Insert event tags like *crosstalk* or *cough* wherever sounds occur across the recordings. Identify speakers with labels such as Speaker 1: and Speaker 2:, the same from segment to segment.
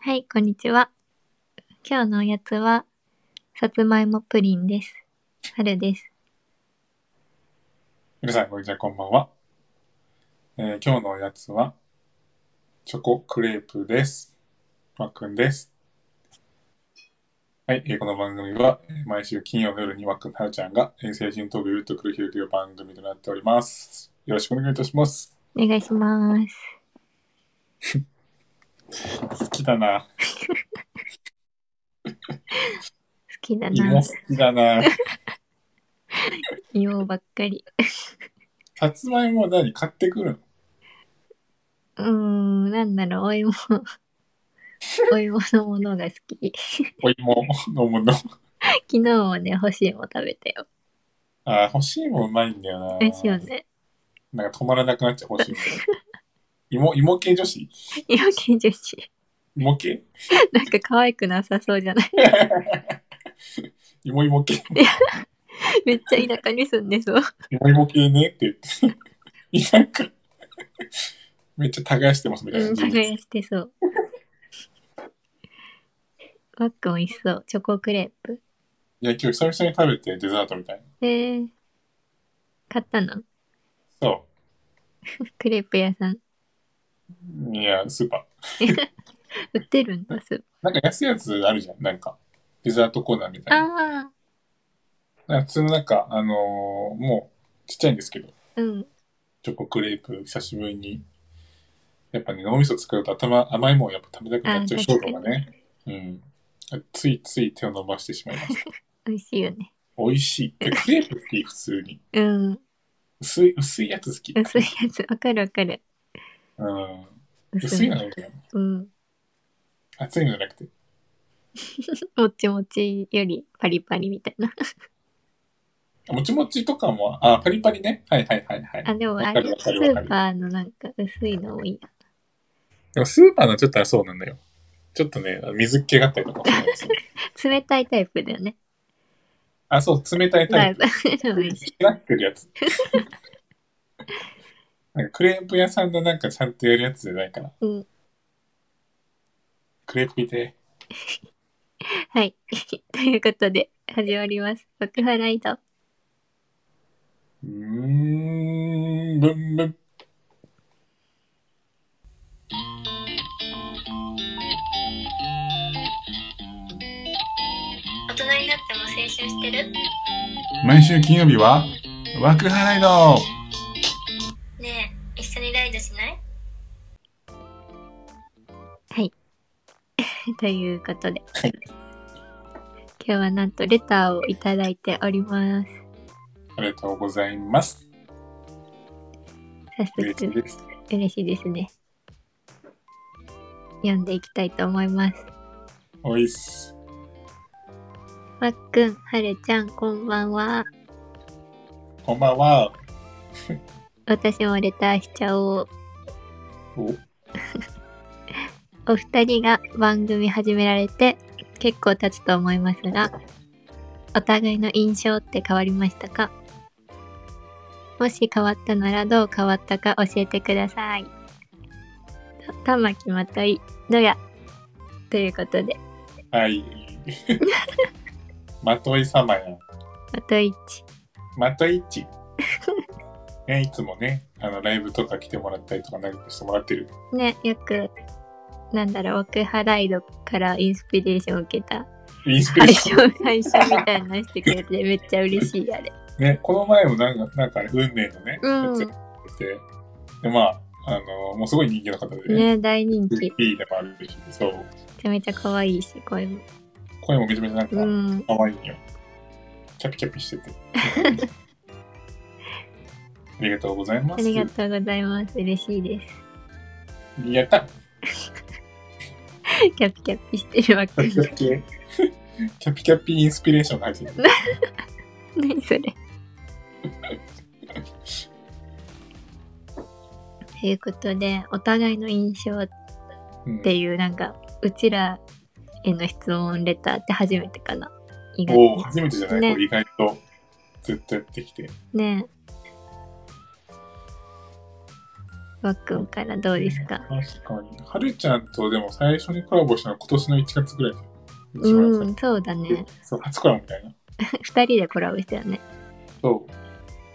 Speaker 1: はい、こんにちは。今日のおやつは、さつまいもプリンです。春です。
Speaker 2: 皆さん、こんにちは、こんばんは。えー今日のおやつは、チョコクレープです。まっくんです。はい、えーこの番組は、えー毎週金曜の夜にまっくんとはるちゃんが、えー成人トークをゆるっと繰り広げる番組となっております。よろしくお願いいたします。
Speaker 1: お願いします。
Speaker 2: 好きだな。
Speaker 1: 好きだな
Speaker 2: 芋。好きだな。
Speaker 1: 芋ばっかり。
Speaker 2: さつまいもは何買ってくるの
Speaker 1: うーん、なんだろう、お *laughs* 芋。お芋のものが好き。
Speaker 2: お芋のもの。
Speaker 1: 昨日もね、干し芋食べたよ。
Speaker 2: あー、欲しいもうまいんだよな。
Speaker 1: 美味しいよね。
Speaker 2: なんか止まらなくなっちゃう、欲しいも。芋、芋系女子
Speaker 1: 芋系女子。
Speaker 2: 芋系
Speaker 1: なんか可愛くなさそうじゃない *laughs*
Speaker 2: いもいも系、
Speaker 1: めっちゃ田舎に住んでそう。
Speaker 2: いもいも系ねって *laughs* 言って、なんか、めっちゃ耕してますみたいな。
Speaker 1: うん、耕して *laughs* そう。マック美味しそう。チョコクレープ。
Speaker 2: いや、今日久々に食べてデザートみたいな。
Speaker 1: えー、買ったの
Speaker 2: そ
Speaker 1: クレープ屋さん。
Speaker 2: う。いや、スーパー。
Speaker 1: 売ってるんだ、スー
Speaker 2: なんか安いやつあるじゃん、なんか。デザートコーナーみ
Speaker 1: パ
Speaker 2: たいな。
Speaker 1: ー。あ
Speaker 2: なんか普通のなんか、あのーもう、ちっちゃいんですけど、
Speaker 1: あー、うん。
Speaker 2: チョコクレープ、久しぶりに。やっぱね、脳みそ使うと頭、甘いもんやっぱ食べたくなっちゃう
Speaker 1: あー
Speaker 2: 衝動がね。うん。ついつい手を伸ばしてしまいました。
Speaker 1: 美味しいよね。
Speaker 2: 美味しい。でクレープ好き、普通に。
Speaker 1: うん。
Speaker 2: 薄い、薄いやつ好き。
Speaker 1: 薄いやつ。わかるわかる。
Speaker 2: うん。薄いのがいいんだよ。
Speaker 1: うん。
Speaker 2: 熱いのじゃなくて。
Speaker 1: もっちもちよりパリパリみたいな。
Speaker 2: もちもちとかも、あ、パリパリね。はいはいはいはい。
Speaker 1: あ、でもあ
Speaker 2: わか
Speaker 1: れ、
Speaker 2: る
Speaker 1: ス
Speaker 2: わかるわかる
Speaker 1: ーパーのなんか薄いのもいいな。
Speaker 2: でもスーパーのちょっとはそうなんだよ。ちょっとね、水っ気があったりとかもするんですよ。
Speaker 1: 冷たいタイプだよね。
Speaker 2: あ、そう、冷たいタ
Speaker 1: だ
Speaker 2: イ
Speaker 1: いぶ。で *laughs* も美味しい。
Speaker 2: プ。なってるやつ。 *laughs* なんかクレープ屋さんのなんかちゃんとやるやつじゃないから。
Speaker 1: うん。
Speaker 2: クレープ見て。
Speaker 1: はい。 *laughs* ということで、始まります。爆破ライト。
Speaker 2: うーん、ブンブン。
Speaker 1: 大人になっても青春してる
Speaker 2: 毎週金曜日は、ワクハライド
Speaker 1: ねえ、一緒にライドしないはい。 *laughs* ということで。
Speaker 2: はい
Speaker 1: 今日はなんとレターをいただいております。
Speaker 2: ありがとうございます。
Speaker 1: 早
Speaker 2: 嬉しい
Speaker 1: 速、
Speaker 2: です。
Speaker 1: 嬉しいですね。読んでいきたいと思います。
Speaker 2: おいっす。
Speaker 1: まっくん、はるちゃん、こんばんは。
Speaker 2: こんばんは。
Speaker 1: 私もレターしちゃおう。*laughs*
Speaker 2: お
Speaker 1: お二人が番組始められて結構経つと思いますが、お互いの印象って変わりましたかもし変わったならどう変わったか教えてください。た玉木まとい、どや。ということで、
Speaker 2: はい。 *laughs* まとい様や。
Speaker 1: まといち。
Speaker 2: まといっち。ね、いつもね、あの、ライブとか来てもらったりとか、なんかしてもらってる。
Speaker 1: ね、よく、なんだろう、奥原井戸からインスピレーションを受けた
Speaker 2: インスピレ
Speaker 1: 配
Speaker 2: ーシ
Speaker 1: 信、
Speaker 2: ョ
Speaker 1: 配信みたいなのしてくれてめっちゃ嬉しい、あれ。
Speaker 2: ン。ね、この前もなんか、なんかね、運命のね、
Speaker 1: うん
Speaker 2: やつやってて。で、まあ、あの、もうすごい人気の方でね。
Speaker 1: ね、大人気。め
Speaker 2: VP でもあるし、そう。
Speaker 1: ちゃめちゃ可愛いし、声も。
Speaker 2: 声もめちゃめちゃなんか
Speaker 1: う、ん。
Speaker 2: 可愛いよ。キャピキャピして
Speaker 1: *laughs*
Speaker 2: て。ありがとうございま
Speaker 1: あ
Speaker 2: す。
Speaker 1: りがとうございます。嬉しいです。 *laughs*
Speaker 2: やった
Speaker 1: キャピキャピしてるわ
Speaker 2: *laughs* キ
Speaker 1: け
Speaker 2: ャピキャピ。キャピキャピインスピレーションが入ってる。
Speaker 1: 何それ。ということで、お互いの印象っ
Speaker 2: うん
Speaker 1: ていう、なんか、うちらへの質問レターって初めてかな。意外
Speaker 2: おお、初めてじゃない、
Speaker 1: ね
Speaker 2: これ意外とずっとやってきて。
Speaker 1: ねわっくんからどうですか
Speaker 2: 確かに。はるちゃんとでも最初にコラボしたのは今年の1月ぐらいでしょ。
Speaker 1: う
Speaker 2: 一番
Speaker 1: ん、そうだ
Speaker 2: 最初
Speaker 1: ね。
Speaker 2: そう、初コラボみたいな。
Speaker 1: 二人でコラボしたよね。
Speaker 2: そ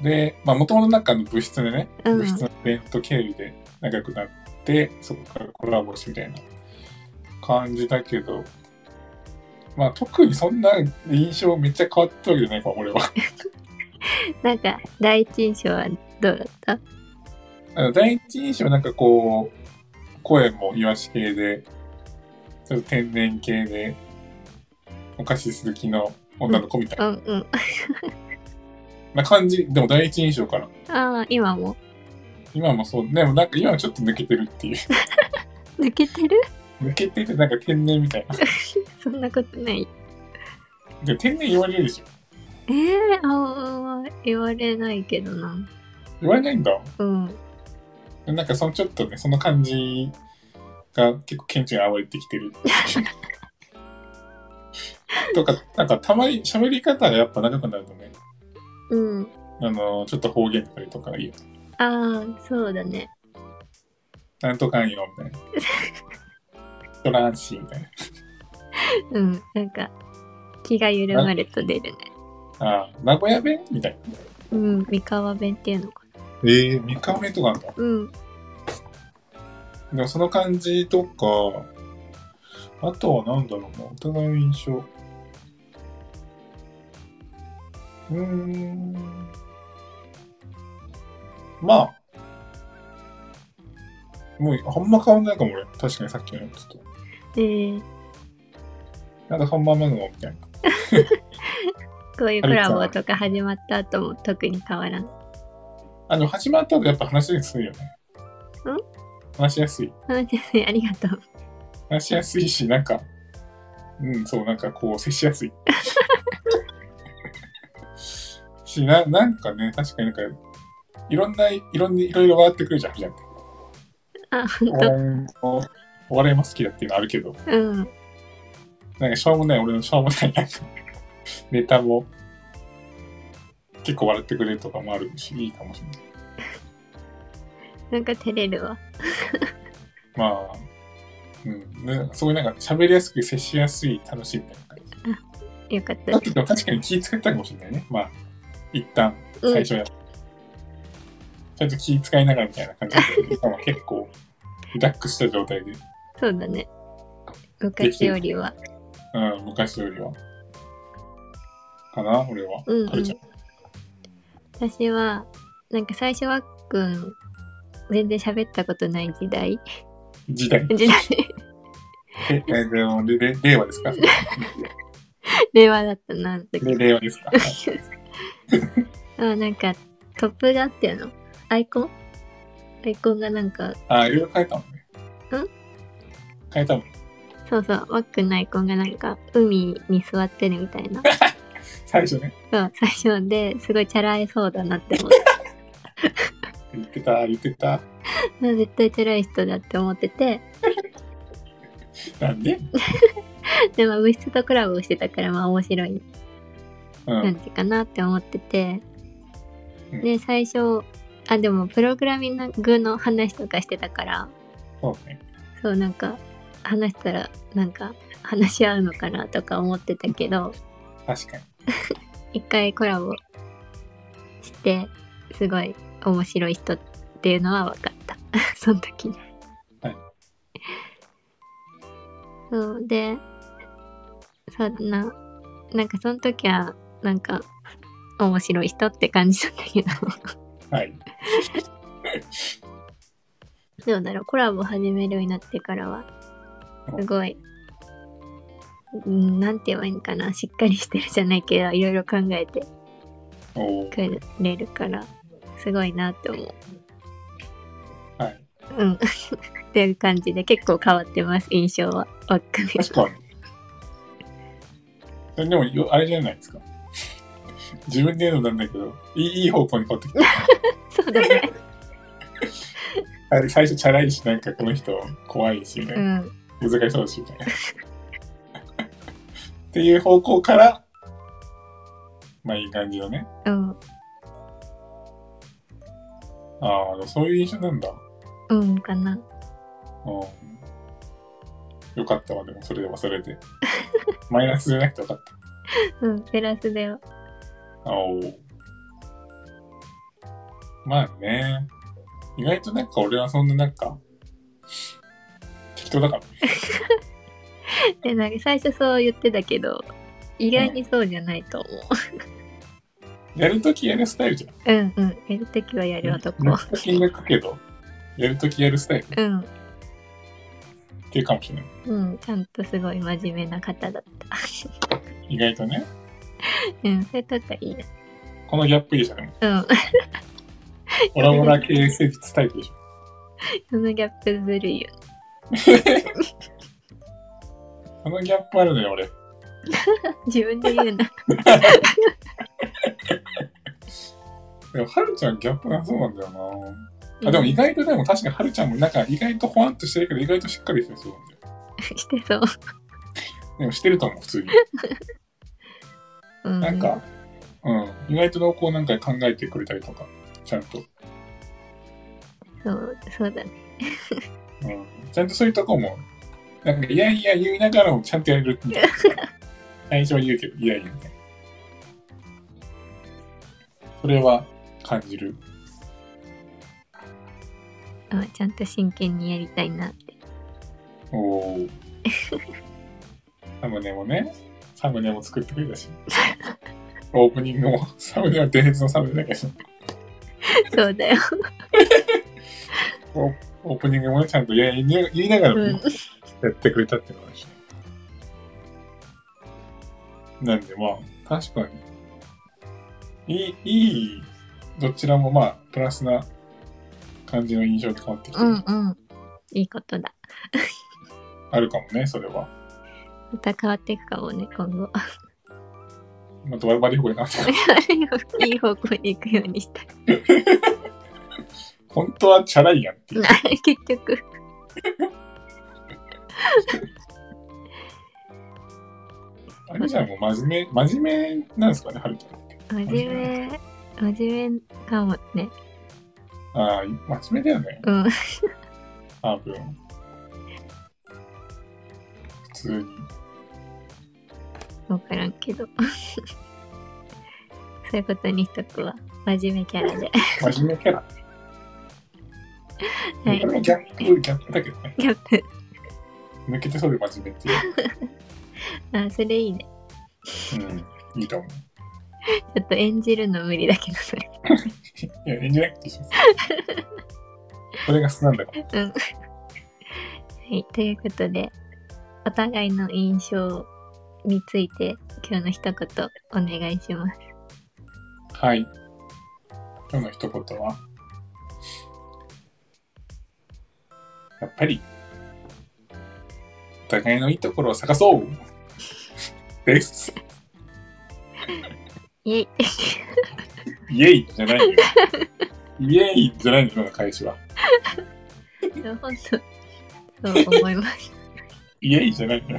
Speaker 2: う。で、まあ、もともとなんかあの部室でね、
Speaker 1: うん
Speaker 2: 部室のイベント経由で仲良くなって、そこからコラボしてみたいな感じだけど、まあ、特にそんな印象めっちゃ変わったわけじゃないか、俺は。
Speaker 1: なんか、第一印象はどうだった
Speaker 2: あの第一印象はなんかこう、声もイワシ系で、ちょっと天然系で、お菓子好きの女の子みたい
Speaker 1: うんうん。
Speaker 2: な感じ、でも第一印象から。
Speaker 1: ああ、今も。
Speaker 2: 今もそう、でもなんか今はちょっと抜けてるっていう。 *laughs*
Speaker 1: 抜けてる
Speaker 2: 抜けててなんか天然みたいな。
Speaker 1: そんなことない。
Speaker 2: でも天然言われるでしょ。
Speaker 1: ええー、ああ、言われないけどな。
Speaker 2: 言われないんだ。
Speaker 1: うん。
Speaker 2: なんかそのちょっとね、その感じが結構顕著に暴れてきてる。とか、なんかたまに喋り方がやっぱ長くなるとね、
Speaker 1: うん。
Speaker 2: あの、ちょっと方言だったりとかがいいよ
Speaker 1: ああ、そうだね。
Speaker 2: なんとかんよ、みたいな。トランシーみたいな。
Speaker 1: うん。なんか、気が緩まると出るね。
Speaker 2: ああ、名古屋弁みたいな。
Speaker 1: うん。三河弁っていうのかな。
Speaker 2: ええ三日目とかなんだ。
Speaker 1: うん。
Speaker 2: でもその感じとか、あとはなんだろうな、お互いの印象。うーん。まあ。もう、あんま変わんないかも、俺。確かにさっきのやつと。
Speaker 1: えー、
Speaker 2: なんかハンバーガーみたいな。
Speaker 1: こういうコラボとか始まった後も特に変わらん。
Speaker 2: あの、始まった後やっぱ話しやすいよね。話しやすい。
Speaker 1: 話しやすいありがとう。
Speaker 2: 話しやすいし、なんか、うん、そう、なんかこう、接しやすい。し、ななんかね、確かになんか、いろんな、いろんな、いろいろ回ってくるじゃん、じゃん。
Speaker 1: あ、
Speaker 2: お
Speaker 1: 本
Speaker 2: 笑いもお笑いも好きだっていうのあるけど、
Speaker 1: 当。うん。
Speaker 2: なんかしょうもない、俺のしょうもない、なんか、ネタも、結構笑ってくれるとかもあるし、いいかもしれない。
Speaker 1: なんか照れるわ。
Speaker 2: まあ、うん、ね、そういうなんか、喋りやすく、接しやすい、楽しいみたいな感じ。
Speaker 1: よかった
Speaker 2: だっ
Speaker 1: で
Speaker 2: てでも確かに気使ったかもしれないね。まあ、一旦、
Speaker 1: うん
Speaker 2: 最初や、ちゃんと気使いながらみたいな感じで、今は結構、リラックスした状態で、
Speaker 1: す。そうだね。昔よりは。
Speaker 2: うん、昔よりは。かな、俺は。
Speaker 1: うんうん
Speaker 2: カルチャー
Speaker 1: 私は、なんか最初はっくん、全然喋ったことない時代 *laughs*
Speaker 2: 時代。
Speaker 1: 時代
Speaker 2: え、えでもれれ令和ですか
Speaker 1: 令和だったな、あの
Speaker 2: *laughs*
Speaker 1: 時
Speaker 2: れ令和ですか
Speaker 1: あなんか、トップがっていうのアイコンアイコンがなんか、
Speaker 2: あ、いろいろ変えたもんね。変えたもん。
Speaker 1: そうそう、ワックンのアイコンがなんか、海に座ってるみたいな。
Speaker 2: 最初ね、
Speaker 1: そう、最初ですごいチャラいそうだなって思 *laughs* って。
Speaker 2: 言ってた、言ってた。
Speaker 1: うん絶対チャラい人だって思ってて、
Speaker 2: なんで
Speaker 1: でも部室とコラボしてたから、まあ面白い、
Speaker 2: う
Speaker 1: なん
Speaker 2: ん。
Speaker 1: てかなって思ってて、
Speaker 2: うん
Speaker 1: で、最初、あ、でもプログラミングの話とかしてたから、
Speaker 2: そうね。
Speaker 1: そうなんか、話したら、なんか、話し合うのかなとか思ってたけど、
Speaker 2: 確かに。
Speaker 1: 一回コラボしてすごい面白い人っていうのは分かった *laughs* その時に
Speaker 2: はい
Speaker 1: そうでそうだななんかその時はなんか面白い人って感じだったけど *laughs*
Speaker 2: はい。
Speaker 1: どうだろうコラボ始めるようになってからはすごいうんなんて言えばいいのかなしっかりしてるじゃないけどいろいろ考えて
Speaker 2: おー
Speaker 1: くれるからすごいなって思う。
Speaker 2: はい。
Speaker 1: うん。 *laughs* っていう感じで結構変わってます印象は。わっかり
Speaker 2: 確かに。それでもよ、あれじゃないですか。自分で言うのなんだけど、いいいい方向に変わってき
Speaker 1: *laughs*
Speaker 2: た。
Speaker 1: そうだね。。
Speaker 2: あれ最初、チャラいし、なんかこの人怖いし、みたいうなん難しそうだし、みたいな。 *laughs* っていう方向から、まあいい感じのね。
Speaker 1: うん。
Speaker 2: ああ、そういう印象なんだ。
Speaker 1: うんかな。
Speaker 2: うん。よかったわ、でもそれではそれ *laughs* で。マイナスじゃなくてよかっ
Speaker 1: うん、プラスだよ。
Speaker 2: た。おお。まあね。意外となんか俺はそんななんか、適当だから。
Speaker 1: で、なんか最初そう言ってたけど、意外にそうじゃないと思う。
Speaker 2: やるときやるスタイルじゃん。
Speaker 1: うんうん、やるときはやる男。
Speaker 2: と金額けど、やるときやるスタイル
Speaker 1: うん、
Speaker 2: っていうかもしれない。
Speaker 1: うん、ちゃんとすごい真面目な方だった。
Speaker 2: 意外とね。
Speaker 1: うん、それだったらいいよ。
Speaker 2: このギャップいいじゃん。でも
Speaker 1: うん、 *laughs*
Speaker 2: オラオラ系誠実タイプでしょ。
Speaker 1: そのギャップずるいよ。
Speaker 2: このギャップあるのよ、俺。
Speaker 1: 自分で言うな。
Speaker 2: でも、はるちゃんギャップなそうなんだよな。あでも意外とでも確かにはるちゃんもなんか意外とほわんとしてるけど意外としっかりしてるそうなんだよ。
Speaker 1: *laughs* してそう。
Speaker 2: でもしてると思う、普通に。
Speaker 1: うん、
Speaker 2: なんか、うん。意外とこうなんか考えてくれたりとか、ちゃんと。
Speaker 1: そう、そうだね。
Speaker 2: うん。ちゃんとそういうとこも、なんかいやいや言いながらもちゃんとやる
Speaker 1: *laughs*
Speaker 2: みたいな。最初は言うけど、いやいやみたいな。それは感じる。
Speaker 1: あちゃんと真剣にやりたいなって。
Speaker 2: お
Speaker 1: *laughs*
Speaker 2: お。サムネもね、サムネも作ってくれたし。オープニングも、サムネは伝説のサムネだけど、
Speaker 1: そうだよ。
Speaker 2: オープニングもね、ちゃんといやいや言いながらも
Speaker 1: う
Speaker 2: や
Speaker 1: ん。
Speaker 2: ってくれたっていう話、なんでまあ、確かに、いい、いい、どちらもまあ、プラスな感じの印象に変わってきて
Speaker 1: う
Speaker 2: る、
Speaker 1: んうん。いいことだ。
Speaker 2: あるかもね、それは。
Speaker 1: また変わっていくかもね、今後。
Speaker 2: まあ、ドラバリホイなんて。
Speaker 1: いい方向に行くようにしたい。
Speaker 2: 本当はチャラいやんっていう。
Speaker 1: 結局。
Speaker 2: あれじゃん、もう真面目、真面目なんですかね、はるちゃんって。
Speaker 1: 真面目、真面目かもね。
Speaker 2: ああ、真面目だよね、
Speaker 1: うん。
Speaker 2: 多分。普通に。
Speaker 1: わからんけど。 *laughs* そういうことにしとくわ。真面目キャラで。
Speaker 2: 真面目キャラ。こ
Speaker 1: は
Speaker 2: れ
Speaker 1: い。
Speaker 2: もギャップ、ギャップだけどね。
Speaker 1: ギャップ。
Speaker 2: 抜けてそうで真面目っていう。
Speaker 1: あ、それいいね。
Speaker 2: うん、いいと思う。
Speaker 1: ちょっと演じるの無理だけど、それ。
Speaker 2: いや、演じなくていいです。それが素なんだから。
Speaker 1: うん。はい。ということで、お互いの印象について、今日の一言お願いします。
Speaker 2: はい。今日の一言は、やっぱり、お互いのいいところを探そう *laughs* です。
Speaker 1: イェイ。
Speaker 2: イエイじゃないよ。イエイじゃないの、今の返しは。
Speaker 1: 本当、そう思います。
Speaker 2: イエイじゃないのよ。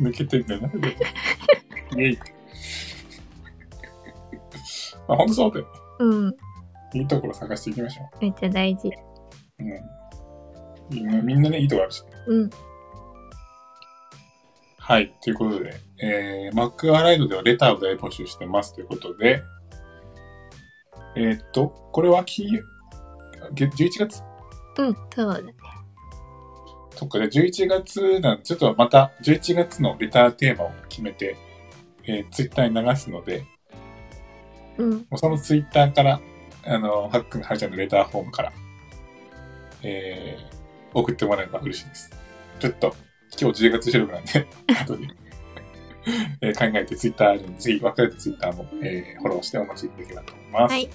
Speaker 2: 抜けてんだよな。イエイ。まあ、ほんとそうだよ。
Speaker 1: うん。
Speaker 2: いいところ探していきましょ
Speaker 1: めっちゃ大事。
Speaker 2: う。うん。みんなね、いいところあるし。
Speaker 1: うん。
Speaker 2: はい。ということで、えー、マックアライドではレターを大募集してますということで、えーっと、これは金、げ11月
Speaker 1: うん、そうだね。
Speaker 2: そっか、じゃあ11月なんちょっとまた11月のレターテーマを決めて、えツイッター Twitter に流すので、
Speaker 1: うん。
Speaker 2: もうそのツイッターから、あの、ハックン、ハルちゃんのレターフォームから、えー送ってもらえれば嬉しいです。ちょっと、今日10月収録なんで、 *laughs* 後で、えー考えてツイッターに、ぜひ分かれたツイッターも、えーフォローしてお待ちいただければと思います。
Speaker 1: はい。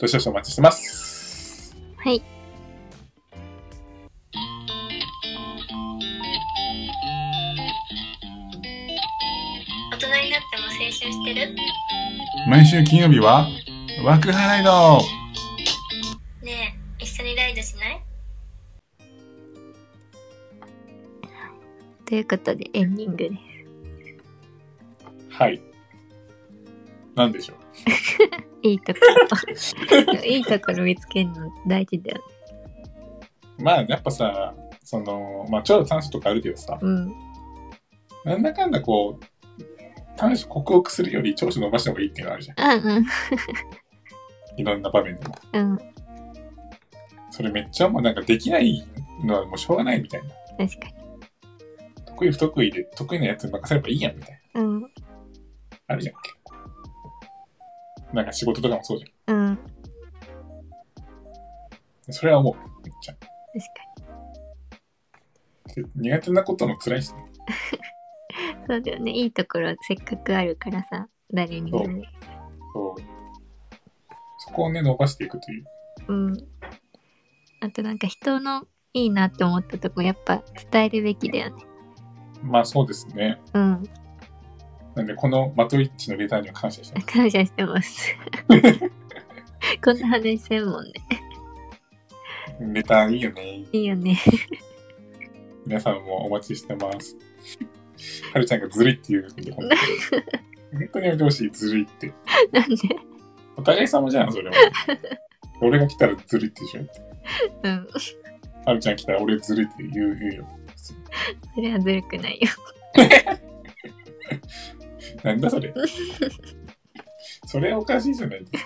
Speaker 2: どしどしお待ちしてます。
Speaker 1: はい。大人になっても青春してる
Speaker 2: 毎週金曜日は、ワクハライド
Speaker 1: ねえ、一緒にライドしないということで、エンディングです。
Speaker 2: はい。なんでしょう。
Speaker 1: いいとこ *laughs* ろ。いいところ見つけるの大事だよ。
Speaker 2: まあ、やっぱさ、その、まあ、ちょうど短所とかあるけどさ、
Speaker 1: うん。
Speaker 2: なんだかんだこう、短所克服するより長所伸ばした方がいいっていうのあるじゃ
Speaker 1: うん
Speaker 2: ん。いろんな場面でも。
Speaker 1: うん。うん。
Speaker 2: それめっちゃもうなんかできないのはもうしょうがないみたいな。
Speaker 1: 確かに。
Speaker 2: 得意不得意で得意なやつに任せればいいやんみたいな。
Speaker 1: うん。
Speaker 2: あるじゃん、結構。なんか仕事とかもそうじゃ
Speaker 1: うん。確
Speaker 2: ん。それはもう、めっちゃ。
Speaker 1: か
Speaker 2: で苦手なことも辛いしね。
Speaker 1: に。そうだよね。いいところせっかくあるからさ、誰にでも。
Speaker 2: そう。そこをね、伸ばしていくという。
Speaker 1: うん。あとなんか人のいいなって思ったとこやっぱ伝えるべきだよね。
Speaker 2: まあそうですね。
Speaker 1: うん。
Speaker 2: なんで、このマトリッチのレターには感謝してます。
Speaker 1: 感謝して *laughs* ます。こんな話せんもんね。
Speaker 2: レターいいよね。
Speaker 1: いいよね。
Speaker 2: 皆さんもお待ちしてます。はるちゃんがずるいって言うんで、本当に。本当にやめてほしい、ずるいって。
Speaker 1: なんで
Speaker 2: お互い様じゃん、それは。俺が来たらずるいって言うでし
Speaker 1: うん。
Speaker 2: ょ。はるちゃん来たら俺ずるいって言う言うよ。
Speaker 1: それはずるくないよ。
Speaker 2: なんだそれ。それおかしいじゃないです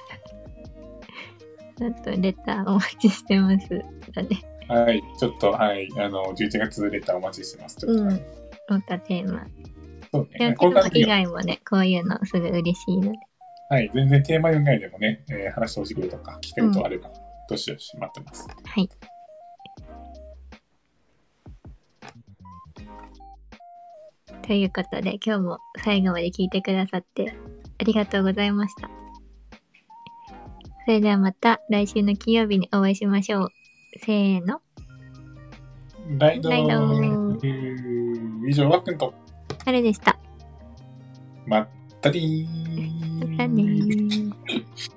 Speaker 1: あとレターお待ちしてます。だね。
Speaker 2: か。はい、ちょっと、はい、あの、11月レターお待ちしてます。ちょっと、
Speaker 1: うんまたテーマ。
Speaker 2: そう
Speaker 1: で
Speaker 2: ね。
Speaker 1: も
Speaker 2: こ
Speaker 1: テ
Speaker 2: ん
Speaker 1: ー
Speaker 2: な
Speaker 1: マ
Speaker 2: 時
Speaker 1: 以
Speaker 2: は
Speaker 1: 外もね、こういうのすごい嬉しいので。
Speaker 2: はい、全然テーマ以外でもね、えー話してほしいこととか、聞きたいことあれば、どしどし待ってます。
Speaker 1: はい。ということで、今日も最後まで聞いてくださってありがとうございました。それではまた来週の金曜日にお会いしましょう。せーの、
Speaker 2: ライド
Speaker 1: ライド
Speaker 2: 以上、ワックンと、
Speaker 1: あれでした。
Speaker 2: まったりー
Speaker 1: またねー